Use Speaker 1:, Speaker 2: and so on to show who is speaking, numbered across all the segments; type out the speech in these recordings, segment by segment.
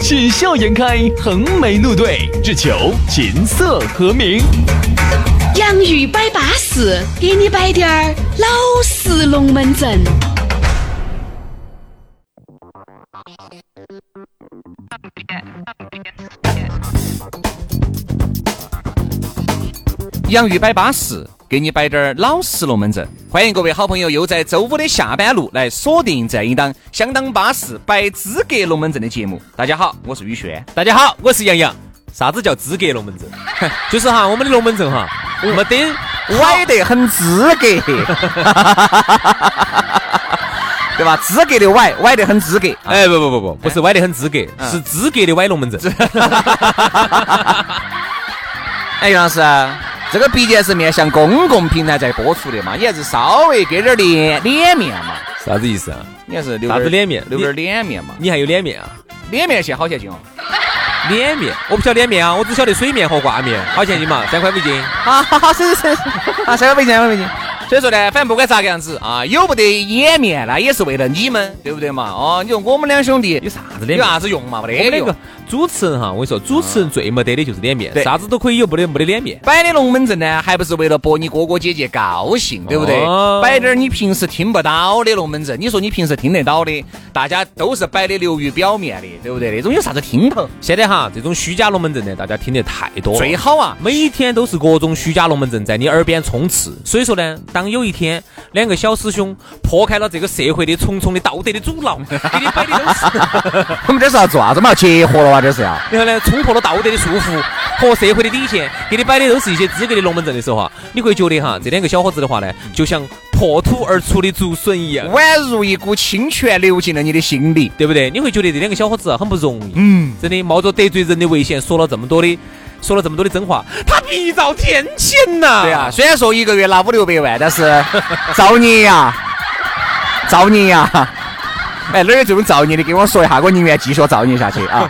Speaker 1: 喜笑颜开，横眉怒对，只求琴瑟和鸣。
Speaker 2: 洋芋摆巴士，给你摆点儿老式龙门阵。
Speaker 3: 洋芋摆巴适，给你摆点儿老实龙门阵。欢迎各位好朋友又在周五的下班路来锁定这一档相当巴适、摆资格龙门阵的节目。大家好，我是宇轩。
Speaker 4: 大家好，我是杨洋。啥子叫资格龙门阵？ 就是哈，我们的龙门阵哈，没得
Speaker 3: 摆得很资 格，对吧？资格的崴，崴得很资格。哎，
Speaker 4: 哎，不不不不，嗯不是歪得很资格，是资格的歪龙门阵。
Speaker 3: 哎，杨老师，这个毕竟是面向公共平台在播出的嘛，你还是稍微给点儿脸脸面嘛。
Speaker 4: 啥子意思啊？
Speaker 3: 你还是留
Speaker 4: 啥
Speaker 3: 点
Speaker 4: 子
Speaker 3: 儿
Speaker 4: 脸面
Speaker 3: 留点儿脸面嘛。
Speaker 4: 你还有脸面啊？
Speaker 3: 脸面现在好些劲哦。
Speaker 4: 脸面？我不晓得脸面啊，我只晓得水面和挂面，好钱一毛，三块五斤。
Speaker 3: 啊，好好，是是是，啊，三百块钱，三百块钱。所以说呢，反正不管咋个样子啊，有不得颜面，那也是为了你们，对不对嘛？哦，你说我们两兄弟
Speaker 4: 有啥子
Speaker 3: 有
Speaker 4: 脸面？
Speaker 3: 啥子用嘛？
Speaker 4: 我
Speaker 3: 没
Speaker 4: 们
Speaker 3: 得
Speaker 4: 两个
Speaker 3: 用。
Speaker 4: 主持人哈，我跟你说，主持人最没得的就是脸面，
Speaker 3: 对
Speaker 4: 啥子都可以有，没得没得脸面。
Speaker 3: 摆的龙门阵呢，还不是为了博你哥哥姐姐高兴，对不对
Speaker 4: 哦？
Speaker 3: 摆点儿你平时听不到的龙门阵，你说你平时听得到的，大家都是摆的流于表面的，对不对？那种有啥子听头？
Speaker 4: 现在哈，这种虚假龙门阵呢，大家听得太多了，
Speaker 3: 最好啊，
Speaker 4: 每天都是各种虚假龙门阵在你耳边充斥。所以说呢，当有一天两个小师兄破开了这个社会的重重的道德的阻挠，给你摆的都是，
Speaker 3: 我们这是要做啥子嘛？结合了哇，这是要。
Speaker 4: 然后呢，冲破了道德的束缚和社会的底线，给你摆的都是一些资格的龙门阵的时候啊，你会觉得哈，这两个小伙子的话呢，就像破土而出的竹笋一样。
Speaker 3: 宛如一股清泉流进了你的心里。
Speaker 4: 对不对？你会觉得这两个小伙子啊很不容易，
Speaker 3: 嗯，
Speaker 4: 真的冒着得罪人的危险，说了这么多的，说了这么多的真话，他必遭天谴呐！
Speaker 3: 对啊，，虽然说一个月拿五六百万，但是造孽呀，造孽呀！ 哎，哪儿有这种造孽的？给我说一下，我宁愿继续造孽下去啊！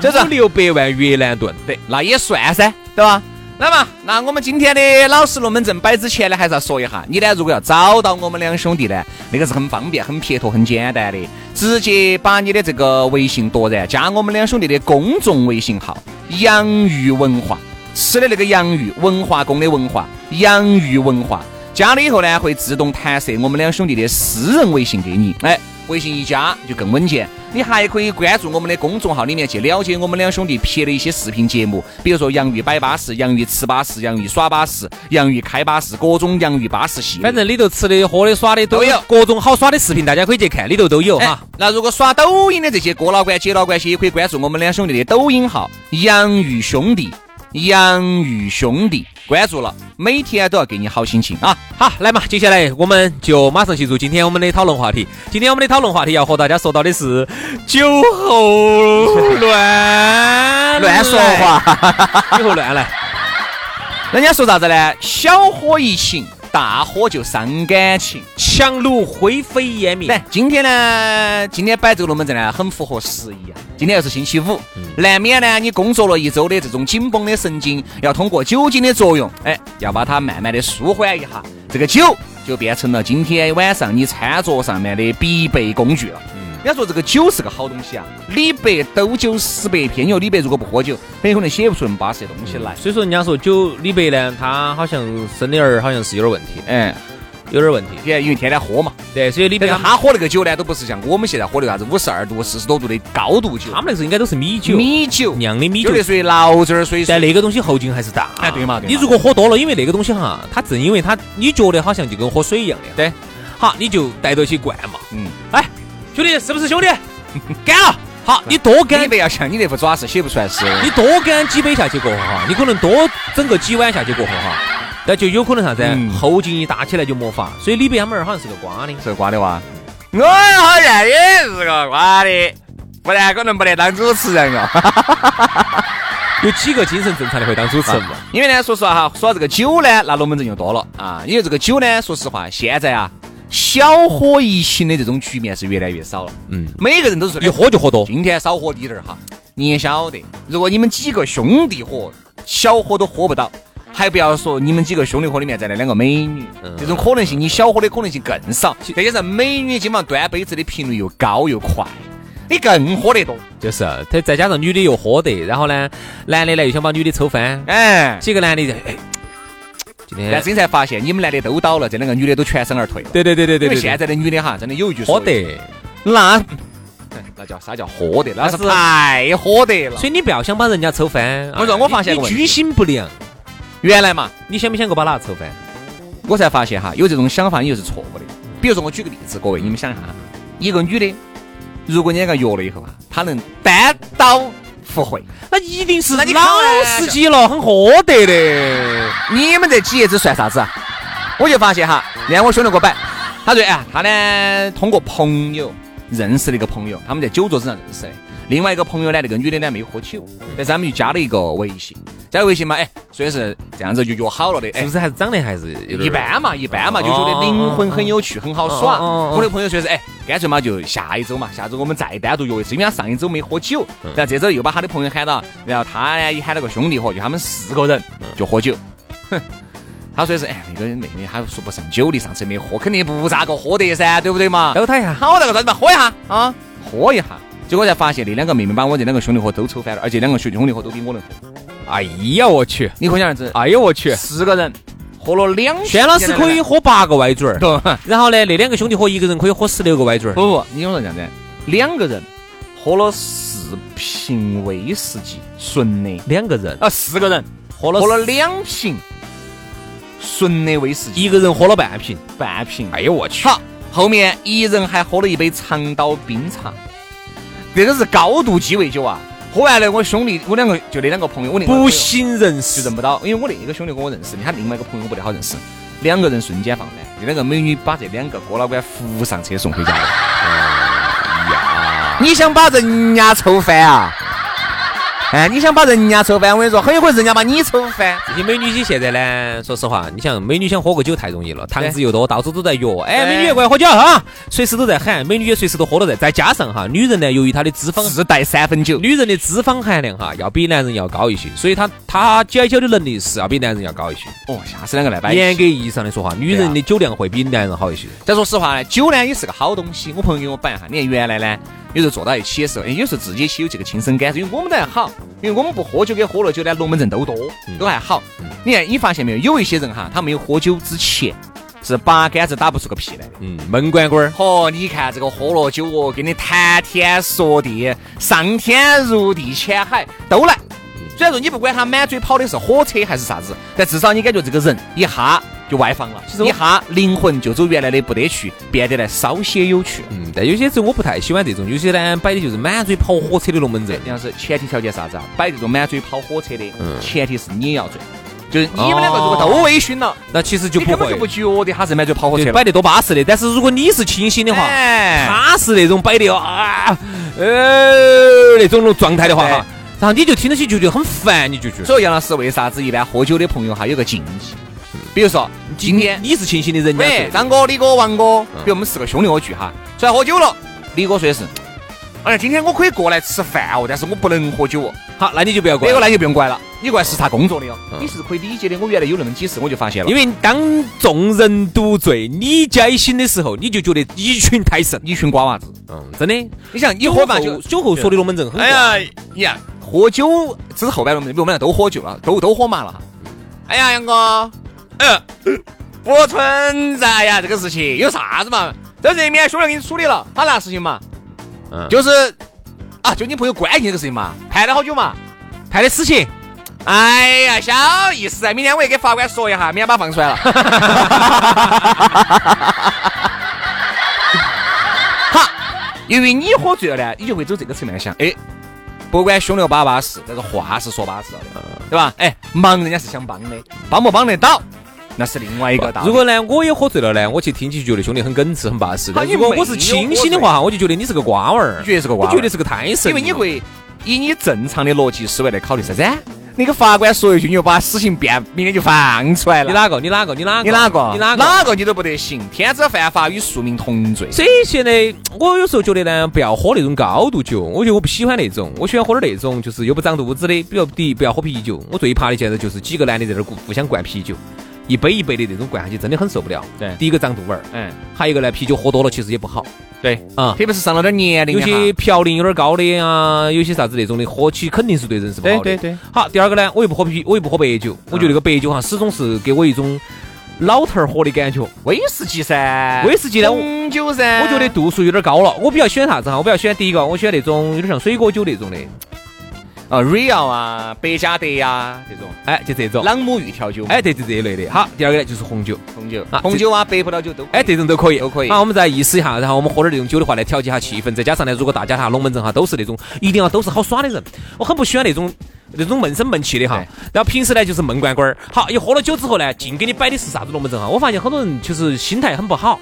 Speaker 4: 这是六百万越南盾，对，
Speaker 3: 那也算噻，对吧？那么，那我们今天的老实龙门阵摆之前呢，还是要说一下，你呢如果要找到我们两兄弟呢，那个是很方便、很撇脱、很简单的，直接把你的这个微信夺然加我们两兄弟的公众微信号“洋芋文化”，吃的那个洋芋，文化宫的文化，洋芋文化。加了以后呢，会自动弹射我们两兄弟的私人微信给你，哎，微信一加就更稳健。你还可以关注我们的公众号里面去了解我们两兄弟拍的一些视频节目，比如说洋芋摆巴士、洋芋吃巴士、洋芋耍巴士、洋芋开巴士，各种洋芋巴士系列。
Speaker 4: 反正里头吃的、喝的、耍的
Speaker 3: 都有
Speaker 4: 各种好耍的视频，大家可以去看，里头都有
Speaker 3: 哎
Speaker 4: 哈。，
Speaker 3: 那如果刷抖音的这些哥老倌、姐老倌些，也可以关注我们两兄弟的抖音号“洋芋兄弟”，洋芋兄弟，关注了，每天都要给你好心情啊！
Speaker 4: 好，来嘛，接下来我们就马上进入今天我们的讨论话题。今天我们的讨论话题要和大家说到的是酒后 乱
Speaker 3: 乱说
Speaker 4: 来，
Speaker 3: 话。
Speaker 4: 酒后乱来。
Speaker 3: 人家说啥子呢？小火怡情，大火就伤感情。
Speaker 4: 强弩灰飞烟灭。
Speaker 3: 来，今天呢，今天摆这个龙门阵呢，很符合时宜啊。今天又是星期五，
Speaker 4: 嗯
Speaker 3: 难免呢，你工作了一周的这种紧绷的神经，要通过酒精的作用，哎，要把它慢慢的舒缓一下。这个酒就变成了今天晚上你餐桌上面的必备工具了。
Speaker 4: 嗯
Speaker 3: 人家说这个酒是个好东西啊，李白斗酒诗百篇哟。李白如果不喝酒，很有可能写不出那么巴适的东西来。
Speaker 4: 所以说，人家说酒李白呢，他好像生的儿好像是有点问题，
Speaker 3: 嗯，
Speaker 4: 有点问题。
Speaker 3: 哎因为因为天天喝嘛，
Speaker 4: 对，所以李
Speaker 3: 但
Speaker 4: 白
Speaker 3: 是
Speaker 4: 他们
Speaker 3: 他喝那个酒呢，都不是像我们现在喝的啥子五十二度、四十多度的高度酒
Speaker 4: 他，们那个是应该都是米酒，
Speaker 3: 米酒，
Speaker 4: 酿的米酒
Speaker 3: 有。的属于醪糟水，
Speaker 4: 但那个东西后劲还是大，
Speaker 3: 哎对嘛对嘛
Speaker 4: 你如果喝多了，因为那个东西哈，它正因为它，你觉得好像就跟喝水一样的，
Speaker 3: 对，
Speaker 4: 好，你就带到去灌嘛。
Speaker 3: 嗯，
Speaker 4: 哎，兄弟，是不是兄 弟？干了！好，你多干
Speaker 3: 你不要像你那副爪子写不出来诗。
Speaker 4: 你多干几杯下去过后哈，你可能多整个几碗下去过后哈，那就有可能啥子
Speaker 3: 嗯
Speaker 4: 后劲一大起来就没法。所以李白他们儿好像是个瓜的，
Speaker 3: 是瓜的哇？我好像 也是个瓜的，不然可能不得当主持人哦。
Speaker 4: 有几个精神正常的会当主持人 嘛？
Speaker 3: 因为呢，说实话哈，说到这个酒呢，拿龙门阵就多了啊。因为这个酒呢，说实话，现在啊，小喝怡情的这种局面是越来越少了。
Speaker 4: 嗯，
Speaker 3: 每个人都是
Speaker 4: 一喝就喝多，
Speaker 3: 今天少喝滴点儿哈。你也晓得，如果你们几个兄弟伙小喝都喝不到，还不要说你们几个兄弟伙里面再来两个美女，
Speaker 4: 嗯
Speaker 3: 这种可能性你小喝的可能性更少。再加上美女基本上端杯子的频率又高又快，你更喝得多。
Speaker 4: 就是他再加上女的又喝得，然后呢，男的呢又想把女的抽翻，
Speaker 3: 哎，
Speaker 4: 几个男的就哎，今
Speaker 3: 但
Speaker 4: 天
Speaker 3: 是你才发现你们男的都倒了，这两个女的都全身而退了。
Speaker 4: 对对对对对
Speaker 3: 因为
Speaker 4: 对，
Speaker 3: 现
Speaker 4: 在
Speaker 3: 在的女的哈，真的有一句说
Speaker 4: 喝
Speaker 3: 一句
Speaker 4: 得，
Speaker 3: 那那叫啥叫喝得，那是
Speaker 4: 那是
Speaker 3: 太喝得了
Speaker 4: 所。以你不要想把人家抽翻。
Speaker 3: 不是
Speaker 4: 啊
Speaker 3: 我发现
Speaker 4: 你
Speaker 3: 个
Speaker 4: 你
Speaker 3: 问题
Speaker 4: 居心不良，
Speaker 3: 原来嘛，
Speaker 4: 你想没想过把哪个抽翻？
Speaker 3: 我才发现哈，有这种想法你就是错误的。比如说，我举个例子，各位你们想一下哈，一个女的，如果你两个约了以后啊，她能单刀赴会，
Speaker 4: 那啊一定是
Speaker 3: 那你
Speaker 4: 老
Speaker 3: 看
Speaker 4: 司机了，很喝得的。
Speaker 3: 你们这几爷子算啥子啊？我就发现哈，你看我兄弟给我摆，他说哎，他呢通过朋友认识了一个朋友，他们在酒桌子上认识的。另外一个朋友呢，那个女的呢没有喝酒，但是他们就加了一个微信，加了微信嘛，哎，所以是这样子就约好了的，
Speaker 4: 是
Speaker 3: 哎
Speaker 4: 不。是还是长得还是有点儿
Speaker 3: 一般嘛，一般嘛，
Speaker 4: 哦
Speaker 3: 就觉得灵魂很有趣，很好耍。
Speaker 4: 哦哦哦
Speaker 3: 我的朋友说是，哎，干脆嘛就下一周嘛，下周我们再单独约一次，因为他上一周没喝酒，
Speaker 4: 嗯
Speaker 3: 然后这周又把他的朋友喊到，然后他呢也喊了个兄弟伙，就他们四个人
Speaker 4: 嗯
Speaker 3: 就喝酒。哼，他说的是，哎，那个妹妹她说不胜酒力，上次没喝，肯定不咋个喝得噻，对不对嘛？
Speaker 4: 撩他一下，
Speaker 3: 好那个啥子嘛，喝一下啊，喝一下。结果才发现那两个妹妹把我这两个兄弟伙都抽翻了，而且两个兄弟伙都比我能喝。
Speaker 4: 哎呀我去，
Speaker 3: 你可想而知，
Speaker 4: 哎呀我去，
Speaker 3: 四个人喝了两。
Speaker 4: 轩老师可以喝八个歪嘴儿，
Speaker 3: 不。
Speaker 4: 然后呢，那两个兄弟伙一个人可以喝十六个歪嘴儿，
Speaker 3: 不不，你跟我说这样子，两个人喝了四瓶威士忌，纯的
Speaker 4: 两个人
Speaker 3: 啊，四个人
Speaker 4: 喝
Speaker 3: 喝
Speaker 4: 了
Speaker 3: 了两瓶纯的威士忌，
Speaker 4: 一个人喝了半瓶，
Speaker 3: 半瓶。
Speaker 4: 哎呀我去，
Speaker 3: 好，后面一人还喝了一杯长岛冰茶，这个是高度鸡尾酒啊！喝完了，我兄弟，我两个就那两个朋友，我另外一个
Speaker 4: 不
Speaker 3: 朋友
Speaker 4: 省人
Speaker 3: 就
Speaker 4: 事
Speaker 3: 认。不到，因为我那个兄弟跟我认识的，他另外一个朋友不得好认识，两个人瞬间放饭，那两个美女把这两个哥老倌扶上车送回家了。哎你想把人家抽翻啊？哎，你想把人家抽翻，我跟你说，很有可能人家把你抽翻。
Speaker 4: 这些美女些现在呢，说实话，你想美女想喝个酒太容易了，糖子又多，到处都在约，哎，
Speaker 3: 对
Speaker 4: 美女也过来喝酒啊，随时都在喊，美女也随时都喝了在，再加上哈，女人呢，由于她的脂肪
Speaker 3: 自带三分酒，
Speaker 4: 女人的脂肪含量哈，要比男人要高一些，所以她她解酒的能力是要比男人要高一些。
Speaker 3: 哦，下次两个来摆。
Speaker 4: 严格意义上来说哈，女人的酒量会比男人好一些。
Speaker 3: 再说实话呢，酒呢也是个好东西。我朋友给我摆一下，你看原来呢，有时候坐到一起的时候，哎，有时候自己也有这个亲身感受，因为我们都还好，因为我们不喝酒跟喝了酒呢，龙门阵都多，都还好。你看，你发现没有？有一些人哈，他没有喝酒之前是八竿子打不出个屁来的。
Speaker 4: 嗯，闷关关儿，
Speaker 3: 哦，你看这个喝了酒哦，跟你谈天说地，上天入地浅海都来。虽然说你不管他满嘴跑的是火车还是啥子，但至少你感觉这个人一哈就外放了，
Speaker 4: 其实我
Speaker 3: 一哈灵魂就走原来的不得去，变得来稍些有趣。
Speaker 4: 嗯，但有些时候我不太喜欢这种，有些呢摆的就是满嘴跑火车的龙门阵。
Speaker 3: 杨老师，前提条件是啥子啊？摆这种满嘴跑火车的，
Speaker 4: 嗯
Speaker 3: 前提是你也要醉，就是你们两个如果都微醺了，
Speaker 4: 那其实就
Speaker 3: 你
Speaker 4: 不
Speaker 3: 根本就不
Speaker 4: 会，
Speaker 3: 觉得他是满嘴跑火车
Speaker 4: 就
Speaker 3: 了。
Speaker 4: 摆得多巴适的。但是如果你是清醒的话，
Speaker 3: 哎
Speaker 4: 他是那种摆的啊，呃，那种状态的话
Speaker 3: 对
Speaker 4: 哈，然后你就听到起就觉得很烦，你就觉得。
Speaker 3: 所以杨老师为啥子一般喝酒的朋友哈有个禁忌？比如说今天
Speaker 4: 你是嗯清醒的人家啊
Speaker 3: 喂，
Speaker 4: 是，
Speaker 3: 张哥、李哥、王哥，比如我们四个兄弟伙聚哈，出来喝酒了。李哥说的是，哎呀，今天我可以过来吃饭哦，但是我不能喝酒哦。
Speaker 4: 好，那你就不要过
Speaker 3: 那个
Speaker 4: 来。
Speaker 3: 呢，你就不用怪了，你过来视察工作的哦。
Speaker 4: 嗯
Speaker 3: 你是可以理解的。我原来有那么几次，我就发现了
Speaker 4: 因，为当众人独醉，你皆醒的时候，你就觉得一群太盛。
Speaker 3: 一群瓜娃子，
Speaker 4: 嗯，真的，
Speaker 3: 你想一喝吧
Speaker 4: 酒后
Speaker 3: 就，
Speaker 4: 酒后说的龙门阵很
Speaker 3: 哎
Speaker 4: 怪。
Speaker 3: 呀呀，喝酒之后吧，我们我们俩都喝酒了，都都喝麻了哈。哎呀，杨哥，嗯，不存在呀，这个事情有啥子嘛？都是你们兄弟给你处理了，他啥事情嘛？
Speaker 4: 嗯
Speaker 3: 就是啊，就你朋友关心这个事情嘛，谈了好久嘛？
Speaker 4: 判的死刑，
Speaker 3: 哎呀，小意思啊！明天我也给法官说一下，明天把他放出来 了。好，由于你喝醉了呢，你就会走这个层面想，哎，不管凶六巴巴适，但是话是说巴适了
Speaker 4: 嗯
Speaker 3: 的，对吧？哎，忙人家是想帮的，帮不帮得到，那是另外一个道理。
Speaker 4: 如果呢，我也喝醉了呢，我去听起就觉得兄弟很耿直，很巴适。
Speaker 3: 他
Speaker 4: 但
Speaker 3: 也
Speaker 4: 如果
Speaker 3: 没
Speaker 4: 我是清醒的话，我就觉得你是个瓜娃儿，
Speaker 3: 你觉得是个瓜娃
Speaker 4: 我
Speaker 3: 儿
Speaker 4: 觉得是个胎神。
Speaker 3: 因为你会以你正常的逻辑思维来考虑啥子？那个法官说一句，你就把死刑变，明天就放出来了。
Speaker 4: 哎你哪个？你哪个？你哪个？
Speaker 3: 你哪个？
Speaker 4: 你哪个？
Speaker 3: 哪个你都不得行，天子犯法与庶民同罪。
Speaker 4: 所以现在我有时候觉得呢，不要喝那种高度酒，我觉得我不喜欢那种，我喜欢喝点那种就是又不长肚子的。比如第一，不要喝啤酒，我最怕的现在就是几个男的在那儿互互相灌啤酒，一杯一杯的那种灌下去，真的很受不了。
Speaker 3: 对
Speaker 4: 第一个长肚腩儿，
Speaker 3: 嗯，
Speaker 4: 还有一个呢，啤酒喝多了其实也不好
Speaker 3: 对，
Speaker 4: 啊。
Speaker 3: 特别是上了点年龄
Speaker 4: 有
Speaker 3: 的
Speaker 4: 些
Speaker 3: 哈
Speaker 4: 嘌呤有点高的啊，有些啥子那种的，喝起肯定是对人是不好的。
Speaker 3: 对对对。
Speaker 4: 好，第二个呢，我又不喝啤，我又不喝白酒，我觉得那个白酒哈，始终是给我一种老头儿喝的感觉。
Speaker 3: 威士忌噻，
Speaker 4: 威士忌呢我
Speaker 3: 红酒噻，
Speaker 4: 我觉得度数有点高了。我比较喜欢啥子哈？我比较喜欢第一个，我喜欢那种有点像水果酒那种的，
Speaker 3: 啊，Real 啊，百加得呀这种，
Speaker 4: 哎，就这种。
Speaker 3: 朗姆玉调酒，
Speaker 4: 哎，对对这一类的。好，第二个呢就是红酒，
Speaker 3: 红酒
Speaker 4: 啊，
Speaker 3: 红酒啊，白葡萄酒都可以，
Speaker 4: 哎，这种都可以，
Speaker 3: 都可以
Speaker 4: 好，我们再意思一下，然后我们喝点这种酒的话，来调节一下气氛。再加上呢，如果大家哈龙门阵哈都是那种一定要都是好耍的人，我很不喜欢那种那种闷声闷气的哈
Speaker 3: 对。
Speaker 4: 然后平时呢就是闷罐罐儿，好，一喝了酒之后呢，净给你摆的是啥子龙门阵哈？我发现很多人就是心态很不好，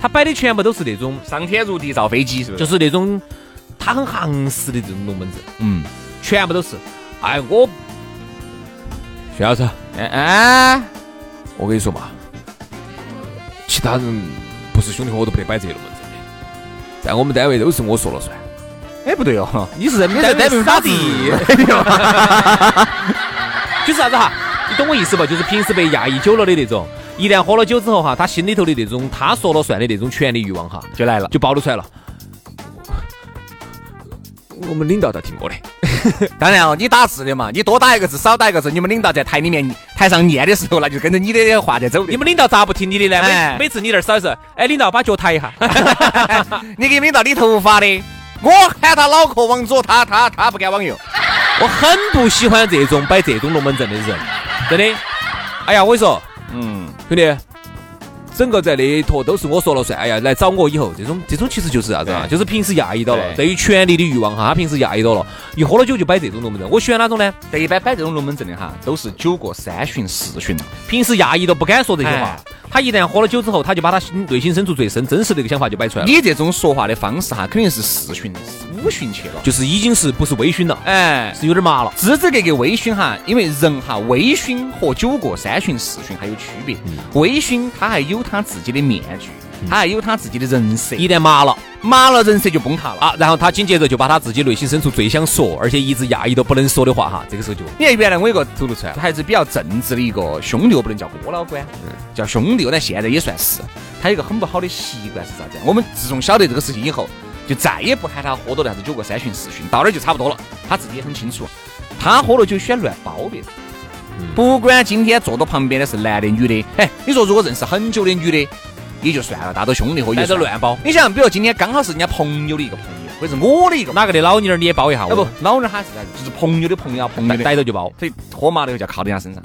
Speaker 4: 他摆的全部都是那种
Speaker 3: 上天入地造飞机是不？
Speaker 4: 就是是那种他很行式的这种龙门阵。
Speaker 3: 嗯，
Speaker 4: 全部都是。哎，我薛老师，
Speaker 3: 哎哎，
Speaker 4: 我跟你说嘛，其他人不是兄弟伙都不得摆这龙门阵的，在我们单位都是我说了算。
Speaker 3: 哎不 对哦，
Speaker 4: 你是在你
Speaker 3: 在单位
Speaker 4: 打
Speaker 3: 打字
Speaker 4: 地， 哎哦就是啥子哈？你懂我意思不？就是平时被压抑久了的那种，一旦喝了酒之后哈，他心里头的那种他说了算的那种权利欲望哈，
Speaker 3: 就来了，
Speaker 4: 就暴露出来了。我们领导在听我的，
Speaker 3: 当然哦，你打字的嘛，你多打一个字，少打一个字，你们领导在台里面台上念的时候，那就跟着你的话在走的。
Speaker 4: 你们领导咋不听你的呢？
Speaker 3: 哎
Speaker 4: 每每次你那儿扫一扫，哎，领导把脚抬一下。
Speaker 3: 你给领导理头发的，我喊他脑壳往左，他他他不敢往右。
Speaker 4: 我很不喜欢这种摆这种龙门阵的人，真的。哎呀，我跟你说，
Speaker 3: 嗯，
Speaker 4: 兄弟，整个在那一坨都是我说了算。哎呀，来找我以后，这种这种其实就是啥子啊？
Speaker 3: 对
Speaker 4: 就是平时压抑到了，对
Speaker 3: 对
Speaker 4: 于权力的欲望哈，他平时压抑到了，一喝了酒就摆这种龙门阵。我喜欢哪种呢？
Speaker 3: 这一般摆这种龙门阵的哈，都是酒过三巡四巡，
Speaker 4: 平时压抑到不敢说这些话
Speaker 3: 哎，
Speaker 4: 他一旦喝了酒之后，他就把他心内心深处最深真实的一个想法就摆出来了，
Speaker 3: 你这种说话的方式哈，肯定是四巡五巡去了。
Speaker 4: 就是已经是不是微醺了，
Speaker 3: 哎，
Speaker 4: 是有点麻了。
Speaker 3: 支支格格微醺哈，因为人哈微醺和酒过三巡四巡还有区别。微醺他还有他自己的面具，他还有他自己的人设，
Speaker 4: 一旦麻了
Speaker 3: 麻了人设就崩塌了。
Speaker 4: 啊，然后他紧接着就把他自己内心深处最想说，而且一直压抑到不能说的话哈，这个时候就
Speaker 3: 你看原来我有个透露出来，还是比较正直的一个兄弟，不能叫哥老倌，啊
Speaker 4: 嗯
Speaker 3: 叫兄弟，但现在也算是。他有一个很不好的习惯是啥子？啊我们自从晓得这个事情以后，就再也不喊他喝多了啥子酒过三巡四巡，到那儿就差不多了。他自己也很清楚，他喝了酒喜欢乱包别人。
Speaker 4: 嗯
Speaker 3: 不管今天坐到旁边的是男的女的，哎，你说如果认识很久的女的也就算了，大家都兄弟伙也
Speaker 4: 来
Speaker 3: 就
Speaker 4: 个
Speaker 3: 算了。
Speaker 4: 乱包。
Speaker 3: 你想，比如今天刚好是人家朋友的一个朋友，或者是我的一个朋友，
Speaker 4: 哪个的老妞儿你也包一下，
Speaker 3: 要
Speaker 4: 我
Speaker 3: 不老人哈是啥子？就是朋友的朋友啊，朋友
Speaker 4: 逮
Speaker 3: 的。
Speaker 4: 逮到就包。
Speaker 3: 所以喝麻了以后就要靠到人家身上。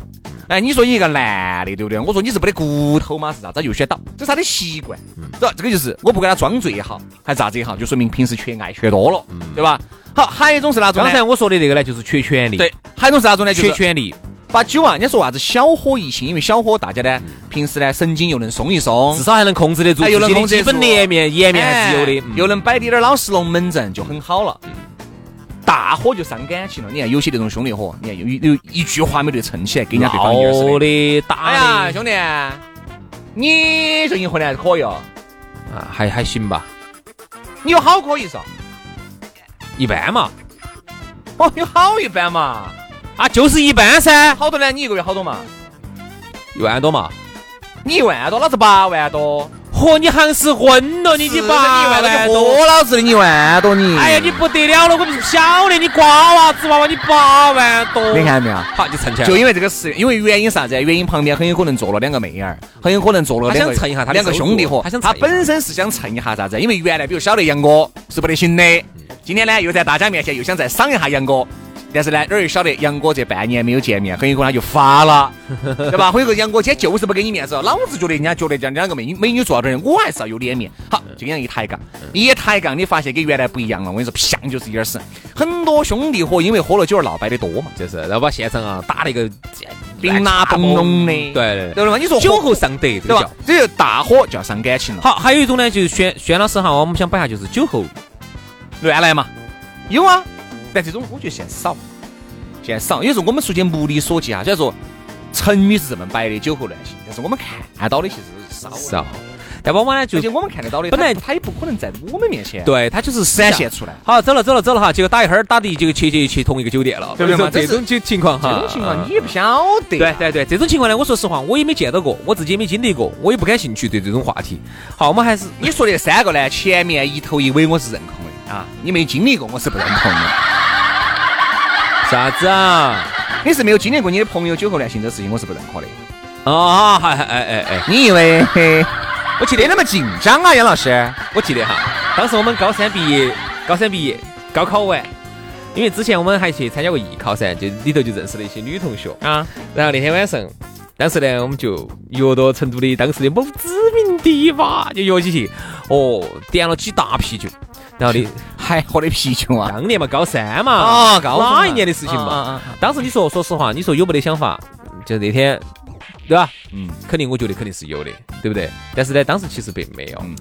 Speaker 3: 哎，你说你一个男的，对不对？我说你是没得骨头嘛，是啥？他就选倒，这是他的习惯，
Speaker 4: 嗯
Speaker 3: 是吧？这个就是我不管他装醉也好，还是啥子也好，就说明平时缺爱缺多了，对吧？好，还有一种是哪种
Speaker 4: 嗯刚
Speaker 3: 呢？
Speaker 4: 才我说的那个呢，就是缺权利，
Speaker 3: 对，，还有一种是啥种呢？就
Speaker 4: 缺
Speaker 3: 是
Speaker 4: 权利，
Speaker 3: 把酒啊，人家说啥子小喝怡情，因为小喝大家呢，平时呢神经又能松一松
Speaker 4: 至，少还能控制得住嗯
Speaker 3: 哎
Speaker 4: 自
Speaker 3: 又能
Speaker 4: 己的
Speaker 3: 控制
Speaker 4: 基
Speaker 3: 得住
Speaker 4: 本颜面，颜面还是有的
Speaker 3: 哎，
Speaker 4: 嗯
Speaker 3: 又能摆滴点儿老实龙门阵，就很好了。大喝就伤感情了，你看有些那种兄弟伙，你看有有有一句话没得撑起来，给人家对方就是
Speaker 4: 闹
Speaker 3: 的。
Speaker 4: 的
Speaker 3: 哎呀，
Speaker 4: 打的，
Speaker 3: 兄弟，你最近混得还可以哦，
Speaker 4: 啊还还行吧，
Speaker 3: 你有好可以嗦？
Speaker 4: 一般嘛，
Speaker 3: 哦，有好一般嘛，
Speaker 4: 啊就是一般噻，
Speaker 3: 好多呢？你一个月好多嘛？
Speaker 4: 一万多嘛。
Speaker 3: 你一万多，老子八万多，
Speaker 4: 嚯，你行是混了，你
Speaker 3: 是
Speaker 4: 你
Speaker 3: 的
Speaker 4: 八
Speaker 3: 你一万
Speaker 4: 万
Speaker 3: 多就
Speaker 4: 多。
Speaker 3: 喝老子的，你一万多你。
Speaker 4: 哎呀，你不得了了！我们晓得你瓜娃子娃娃，你八万多，
Speaker 3: 你，看到没有？
Speaker 4: 好就蹭起来
Speaker 3: 就
Speaker 4: 了，
Speaker 3: 因为这个事，因为原因啥子？原因旁边很有可能坐了两个妹儿，很有可能坐了
Speaker 4: 他
Speaker 3: 两
Speaker 4: 想
Speaker 3: 个
Speaker 4: 蹭一下他的
Speaker 3: 两个
Speaker 4: 收入
Speaker 3: 兄弟伙。
Speaker 4: 他想蹭
Speaker 3: 他
Speaker 4: 一下
Speaker 3: 本身是想蹭一下啥子？因为原来比如晓得杨哥是不得行的，今天呢又在大家面前又想再赏一下杨哥，但是呢哪儿又晓得杨哥这半年没有见面，很有可能他就发 了，对吧？很有个杨哥今天就是不给你面子，老子觉得人家觉得这两个美女美女坐到这儿，我还是要有脸面。好，就这样一抬杠，
Speaker 4: 嗯
Speaker 3: 一抬杠你发现跟原来不一样了。我跟你说，啪就是一点屎。很多兄弟伙因为喝了酒而闹掰的多嘛。
Speaker 4: 就是然后把现场啊打了一个
Speaker 3: 兵拿崩
Speaker 4: 弄
Speaker 3: 弄的
Speaker 4: 对对
Speaker 3: 对
Speaker 4: 对，
Speaker 3: 不对 嘛？你说
Speaker 4: 酒后上德，这
Speaker 3: 对
Speaker 4: 个
Speaker 3: 吧
Speaker 4: 叫。？
Speaker 3: 这就大火就要伤感情了，
Speaker 4: 好，还有一种呢，就是轩轩老师哈，我们想摆一下，就是酒后
Speaker 3: 乱来嘛。有啊，但这种我觉得现在少，现在少。有时候我们出去目的所及啊，虽然说成语是这么摆的，酒后乱性，但是我们看到的其实是少
Speaker 4: 少。但往往呢，就
Speaker 3: 而且我们看得到的，
Speaker 4: 本来
Speaker 3: 他也不可能在我们面前
Speaker 4: 对他就是
Speaker 3: 展现出来。
Speaker 4: 好，走了走了走了哈，结果打一会儿打的，结果去去去同一个酒店了，
Speaker 3: 对不对嘛
Speaker 4: 这种这种情况
Speaker 3: 这
Speaker 4: 哈，嗯
Speaker 3: 种情况你也不晓得。
Speaker 4: 对对对，这种情况呢，我说实话，我也没见到过，我自己也没经历过，我也不感兴趣对这种话题。好，我们还是
Speaker 3: 你说的三个呢，前面一头一尾我是认同的啊，你没经历过我是不认同的。
Speaker 4: 啥子啊？
Speaker 3: 你是没有经历过你的朋友酒后乱性这事情，我是不认可的。
Speaker 4: 啊，哎哎哎哎，
Speaker 3: 你以为嘿我记得那么紧张啊，杨老师？
Speaker 4: 我记得哈，当时我们高三毕业，高三毕业，高考完，因为之前我们还去参加过艺考噻，就里头就认识了一些女同学啊。然后那天晚上，当时呢，我们就约到成都的当时的某知名地吧，就约起去，哦，点了几大啤酒，然后呢，
Speaker 3: 还喝的啤酒啊？
Speaker 4: 当年嘛，高三嘛，
Speaker 3: 啊高中嘛
Speaker 4: 哪一年的事情嘛？
Speaker 3: 啊啊啊
Speaker 4: 当时你说，说实话，你说有没得想法？就那天，对吧？
Speaker 3: 嗯，
Speaker 4: 肯定，我觉得肯定是有的，对不对？但是呢，当时其实并没有，
Speaker 3: 嗯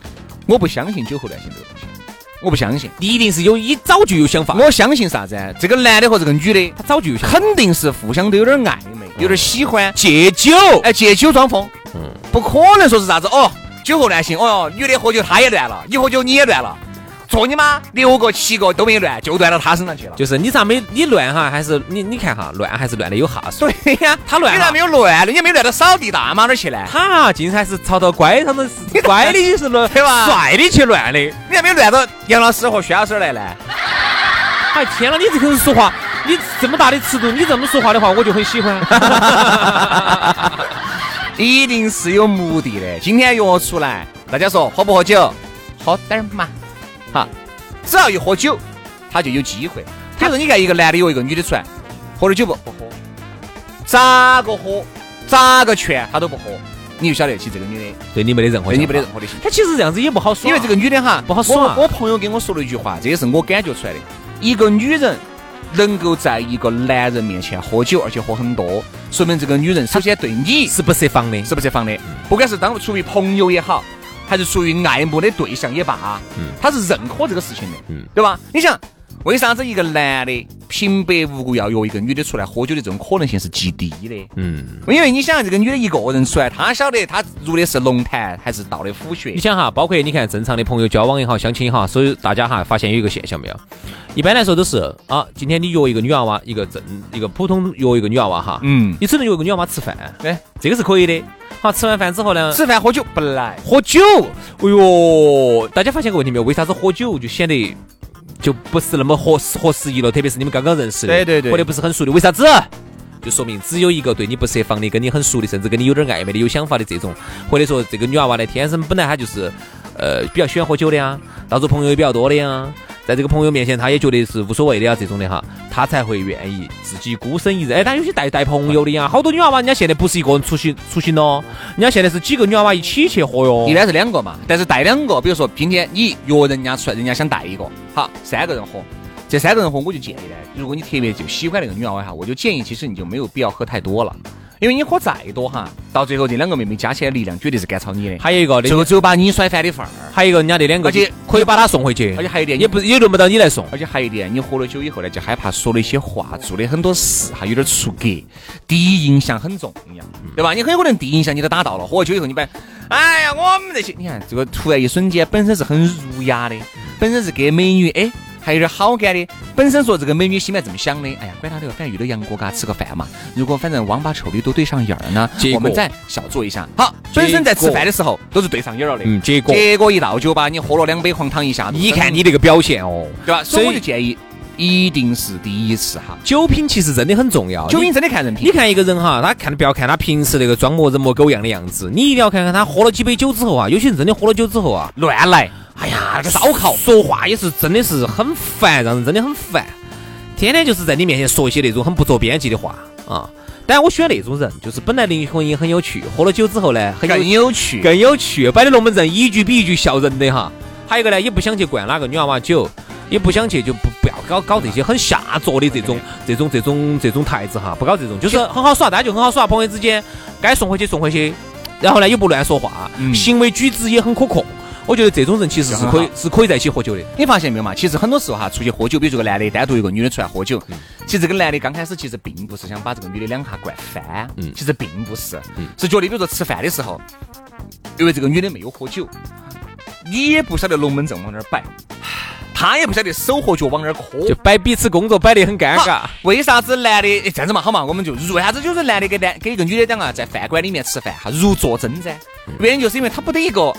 Speaker 3: 我不相信酒后乱性这个东西，我不相信。
Speaker 4: 你一定是有，一早就有想法，
Speaker 3: 我相信啥子？这个男的和这个女的，
Speaker 4: 他早就有嗯想法。
Speaker 3: 肯定是互相都有点暧昧，有点喜欢，借酒，哎，借酒装疯。
Speaker 4: 嗯
Speaker 3: 不可能说是啥子哦，酒后乱性哦，女的喝酒她也乱了，你喝酒你也乱了，做你妈六个七个都没乱，就乱到她身上去了。
Speaker 4: 就是你咋没你乱哈？还是你你看哈，乱还是乱的有下数。
Speaker 3: 对呀、
Speaker 4: 他乱
Speaker 3: 你咋
Speaker 4: 哈
Speaker 3: 没，有乱呢？你没乱到扫地大妈那儿去呢？
Speaker 4: 他竟然还是朝到乖 上头，乖的是乱，
Speaker 3: 对吧
Speaker 4: 帅的去 乱的。
Speaker 3: 你咋没有乱到杨老师和薛老师来呢？
Speaker 4: 哎天哪，你这个人说话，你这么大的尺度，你这么说话的话，我就很喜欢。
Speaker 3: 一定是有目的的。今天约出来，大家说喝不喝酒？喝点儿嘛，哈，只要一喝酒，他就有机会。比如说，你看一个男的约一个女的出来，喝点酒不？不喝，咋个喝，咋个劝他都不喝，你就晓得起这个女的
Speaker 4: 对你没得任何，
Speaker 3: 对你没得任。何的兴趣。
Speaker 4: 他其实这样子也不好说，啊
Speaker 3: 因为这个女的哈
Speaker 4: 不好耍
Speaker 3: 我我朋友跟我说了一句话，这也是我感觉出来的。一个女人能够在一个男人面前喝酒，而且喝很多，说明这个女人首先对你
Speaker 4: 是不设防的。
Speaker 3: 是不设防的，不管是当出于朋友也好，还是出于爱慕的对象也罢，啊
Speaker 4: 嗯
Speaker 3: 他是认可这个事情的，
Speaker 4: 嗯
Speaker 3: 对吧？你想，为啥子一个男的平白无故要约一个女的出来喝酒的这种可能性是极低的？
Speaker 4: 嗯。
Speaker 3: 因为你想，啊这个女的一个人出来，她晓得她入的是龙潭还是到的虎穴
Speaker 4: 你。想哈，包括你看正常的朋友交往也好，相亲也好，所以大家哈发现有一个现象没有？一般来说都是啊，今天你约一个女娃娃，一个正一个普通约一个女娃娃哈，
Speaker 3: 嗯，
Speaker 4: 你只能约一个女娃娃吃饭，
Speaker 3: 对，
Speaker 4: 这个是可以的。好，吃完饭之后呢，
Speaker 3: 吃饭喝酒不来，
Speaker 4: 喝酒，哎呦，大家发现个问题没有？为啥子喝酒就显得就不是那么合适合时宜了？特别是你们刚刚认识的，
Speaker 3: 对对对
Speaker 4: 或者不是很熟的，为啥子？就说明只有一个对你不设防的，跟你很熟的，甚至跟你有点暧昧的、有想法的这种，或者说这个女娃娃呢，天生本来她就是，呃，比较喜欢喝酒的呀，到处朋友也比较多的呀，在这个朋友面前，她也觉得是无所谓的呀，这种的哈，她才会愿意自己孤身一人。哎，她有些带带朋友的呀，好多女娃娃人家现在不是一个人出行出行咯，人家现在是几个女娃娃一起去喝哟。
Speaker 3: 一般是两个嘛，但是带两个，比如说今天你约人家出来，人家想带一个，好，三个人喝。这三个人喝，我就建议呢，如果你特别就喜欢那个女娃娃哈，我就建议其实你就没有必要喝太多了，因为你喝再多哈，到最后这两个妹妹加起来力量绝对是赶超你的，
Speaker 4: 还有一个
Speaker 3: 最
Speaker 4: 那
Speaker 3: 后只有把你甩翻的份儿。
Speaker 4: 还有一个人家那两个
Speaker 3: 而且
Speaker 4: 可以把他送回去，
Speaker 3: 而且还有一点，
Speaker 4: 也不也轮不到你来送。
Speaker 3: 而且还有一点，你喝了酒以后呢，就害怕说了一些话，做的很多事还有点出格，第一印象很重要，
Speaker 4: 嗯
Speaker 3: 对吧？你很有可能第一印象你都打到了，喝了酒以后你把，哎呀，我们这些，你看这个突然一瞬间，本身是很儒雅的，本身是给美女哎。还有点好感的，本身说这个美女心里面这么想的，哎呀，管他的，反正遇到杨哥嘎吃个饭嘛。如果反正王八臭驴都对上眼儿呢
Speaker 4: 结，果
Speaker 3: 我们再小酌一下。好，本身在吃饭的时候都是对上眼儿了的，
Speaker 4: 嗯，结果
Speaker 3: 结果一到酒吧，你喝了两杯黄汤一下，
Speaker 4: 你看你这个表现哦，
Speaker 3: 对吧？
Speaker 4: 所
Speaker 3: 所以
Speaker 4: 以
Speaker 3: 我就建议，一定是第一次哈。
Speaker 4: 酒品其实真的很重要。
Speaker 3: 酒
Speaker 4: 哦你
Speaker 3: 品真的看人品
Speaker 4: 你，看一个人哈，他看不要看他平时那个装模人模狗样的样子，你一定要看看他喝了几杯酒之后啊，有些人真的喝了酒之后啊，
Speaker 3: 乱来，
Speaker 4: 哎呀，那个烧烤说话也是真的是很烦，让人真的很烦，天天就是在你面前说一些那种很不着边际的话啊。当然，我喜欢那种人，就是本来灵魂也很有趣，喝了酒之后呢，很有
Speaker 3: 更有趣。
Speaker 4: 更有趣，摆的龙门阵一句比一句笑人的哈。还有一个呢，也不想去灌哪个女娃娃酒，也不想去就不不要搞搞这些很下作的这种这种这种这种台子哈，不搞这种，就是很好耍，大家就很好耍，朋友之间该送回去送回去，然后呢又不乱说话，
Speaker 3: 嗯啊
Speaker 4: 行为举止也很可控。我觉得这种人其实是可以是可以在一起喝酒的。
Speaker 3: 你发现没有嘛？其实很多时候哈，出去喝酒，比如这个男的单独一个女的出来喝
Speaker 4: 嗯
Speaker 3: 酒，其实这个男的刚开始其实并不是想把这个女的两下灌翻，
Speaker 4: 嗯
Speaker 3: 其实并不是，是觉得比如说吃饭的时候，因为这个女的没有喝酒，你也不晓得龙门阵往哪儿摆，他也不晓得手和脚往哪儿磕，
Speaker 4: 就摆彼此工作摆得很尴尬
Speaker 3: 好。为啥子男的哎这样子嘛？好嘛，我们就如为啥子就是男的跟男跟一个女的两个在饭馆里面吃饭哈，如坐针毡？原因就是因为他不得一个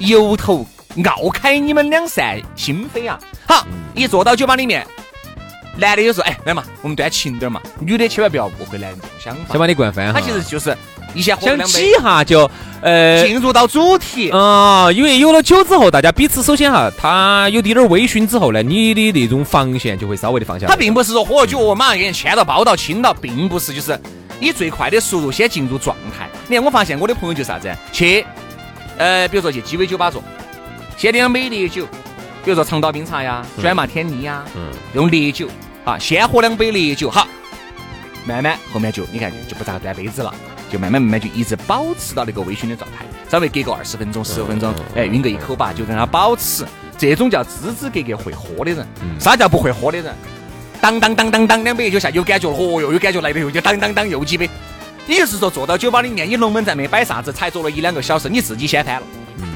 Speaker 3: 由头拗开你们两扇心扉啊！好，一坐到酒吧里面，男的就说：“哎，来嘛，我们端勤点儿嘛。”女的千万不要误会男人这种想
Speaker 4: 先
Speaker 3: 法，
Speaker 4: 把你灌翻哈
Speaker 3: 他。其实就是一先喝了
Speaker 4: 想
Speaker 3: 两
Speaker 4: 挤
Speaker 3: 杯，
Speaker 4: 一下就呃。
Speaker 3: 进入到主题。
Speaker 4: 啊，因为有了酒之后，大家彼此首先哈，他有滴点儿微醺之后呢，你的那种防线就会稍微的嗯放下来。
Speaker 3: 他并不是说喝了酒我马上给你牵到包到亲到，并不是，就是以最快的速度先进入状态。你看，我发现我的朋友就是啥子，去，呃，比如说去鸡尾酒吧坐，先点美烈酒，比如说长岛冰茶呀、砖麻天尼呀，
Speaker 4: 嗯
Speaker 3: 用烈酒，啊，先喝两杯烈酒，好，慢慢后面就你看就不咋端杯子了，就慢慢慢慢就一直保持到那个微醺的状态，稍微隔个二十分钟、十分
Speaker 4: 嗯
Speaker 3: 钟，哎，晕个一口吧，就让它保持。这种叫支支格格会喝的人，
Speaker 4: 嗯
Speaker 3: 啥叫不会喝的人？当当当当当两杯酒下有感觉了，哦哟，有感觉来了又就当当当又几杯。也就是说，坐到酒吧里面，你龙门阵没摆啥子，才坐了一两个小时，你自己先翻了。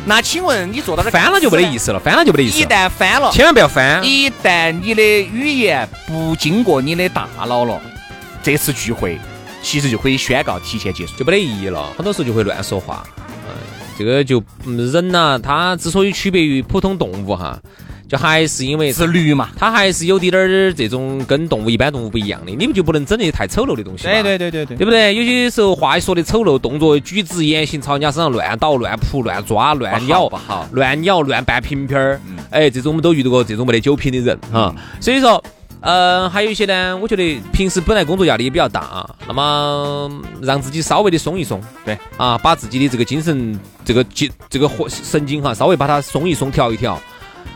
Speaker 3: 那请问你坐到这儿
Speaker 4: 嗯翻了就没得意
Speaker 3: 思。
Speaker 4: 思了，翻了就没得意思啊
Speaker 3: 一
Speaker 4: 了，
Speaker 3: 旦翻了，
Speaker 4: 千万不要翻。
Speaker 3: 一旦你的语言不经过你的大脑了，这次聚会其实就可以宣告提前结束。
Speaker 4: 就没得意义了。很多时候就会乱说话。嗯，这个就嗯人呐、他之所以区别于普通动物哈，就还是因为
Speaker 3: 自律嘛，
Speaker 4: 他还是有滴点儿这种跟动物一般动物不一样的，你们就不能整那些太丑陋的东西。
Speaker 5: 对对。对对对，
Speaker 4: 对不对？有些时候话一说的丑陋，动作举止言行朝人家身上乱倒、乱扑、乱抓、乱咬
Speaker 3: 不啊好。
Speaker 4: 乱咬、乱拌瓶瓶儿
Speaker 3: 嗯，
Speaker 4: 哎，这种我们都遇到过这种没得酒品的人哈。所以说，呃，还有一些呢，我觉得平时本来工作压力也比较大，那么让自己稍微的松一松，
Speaker 3: 对，
Speaker 4: 啊，把自己的这个精神、这个精、这个活神经哈，稍微把它松一松、调一调。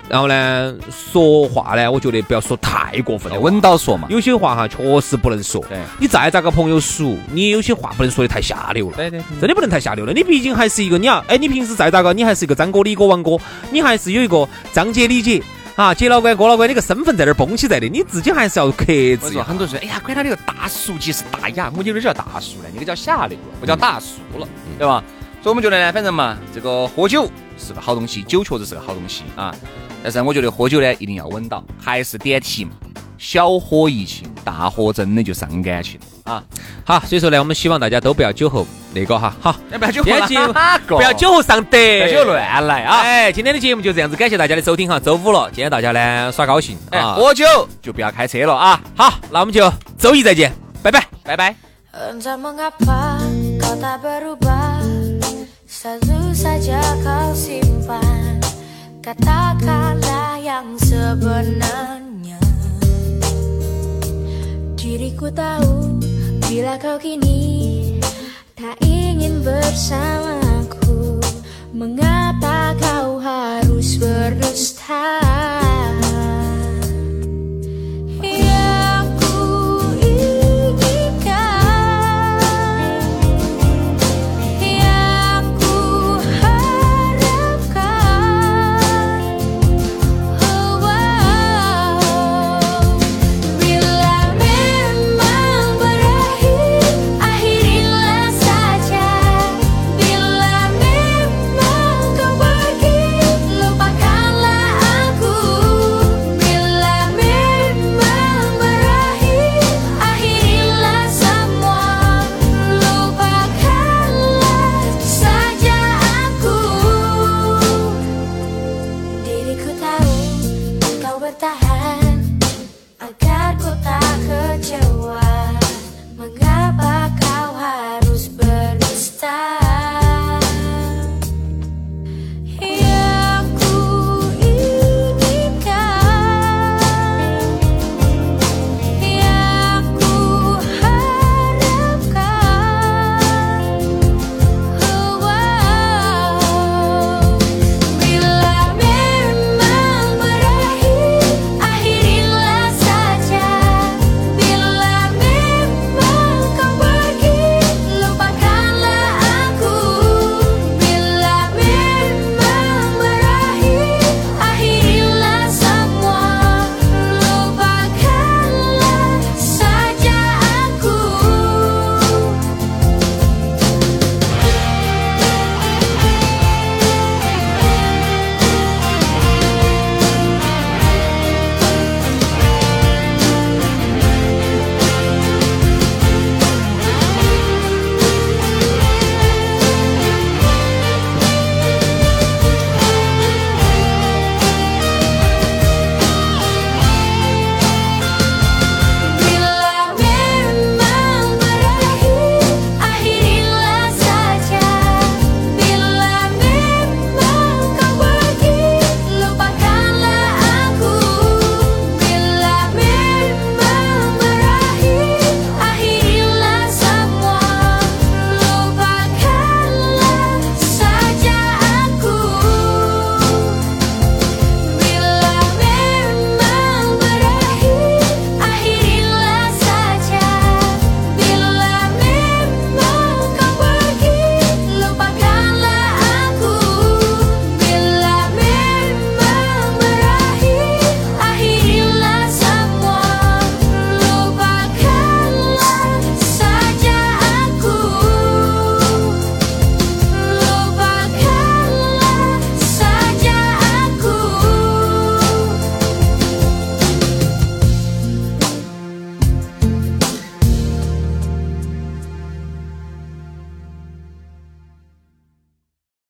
Speaker 4: 然后呢，说话呢，我觉得不要说太过分的话，
Speaker 3: 稳到说嘛，
Speaker 4: 有些话哈，确实不能说。
Speaker 3: 哦对
Speaker 4: 你再咋个朋友熟，你有些话不能说的太下流了。
Speaker 5: 对对，
Speaker 4: 真的不能太下流了。你毕竟还是一个，你要哎，你平时再咋个，你还是一个张哥、李哥、王哥，你还是有一个张姐、李姐啊，姐老倌、哥老倌那个身份在那儿绷起在的，你自己还是要克制
Speaker 3: 我
Speaker 4: 一
Speaker 3: 说
Speaker 4: 下。
Speaker 3: 很多人说，哎呀，管他那个大叔即是大雅，我觉得这叫大叔了，那个叫下流了，不叫大叔了，对吧？所以我们觉得呢，反正嘛，这个喝酒是个好东西，酒确实是个好东西啊。但是我觉得喝酒呢，一定要稳到，还是点题嘛，小喝怡情，大喝真的就伤感情啊。
Speaker 4: 好，所以说呢，我们希望大家都不要酒后那个哈，好，
Speaker 3: 哎不要酒
Speaker 4: 别
Speaker 3: 了
Speaker 4: 急
Speaker 3: 哪个
Speaker 4: 不要酒后上德，
Speaker 3: 不要酒乱来啊！
Speaker 4: 哎，今天的节目就这样子，感谢大家的收听哈。周五了，今天大家呢耍高兴
Speaker 3: 哎，
Speaker 4: 啊。
Speaker 3: 喝酒就不要开车了啊！
Speaker 4: 好，那我们就周一再见，拜拜。
Speaker 3: 拜拜。
Speaker 6: Entah mengapa kau tak berubah Selalu saja kau simpan Katakanlah yang sebenarnya Diriku tahu bila kau kini Tak ingin bersamaku Mengapa kau harus berdusta yang ku inginkan, yang ku harapkan, oh, bila memang berakhir akhirilah saja, bila memang kau pergi lupakanlah aku, bila memang berakhir akhirilah semua, lupakanlah saja aku. Diriku tahu kau bertahan Agar ku tak kecewa Mengapa kau harus berdusta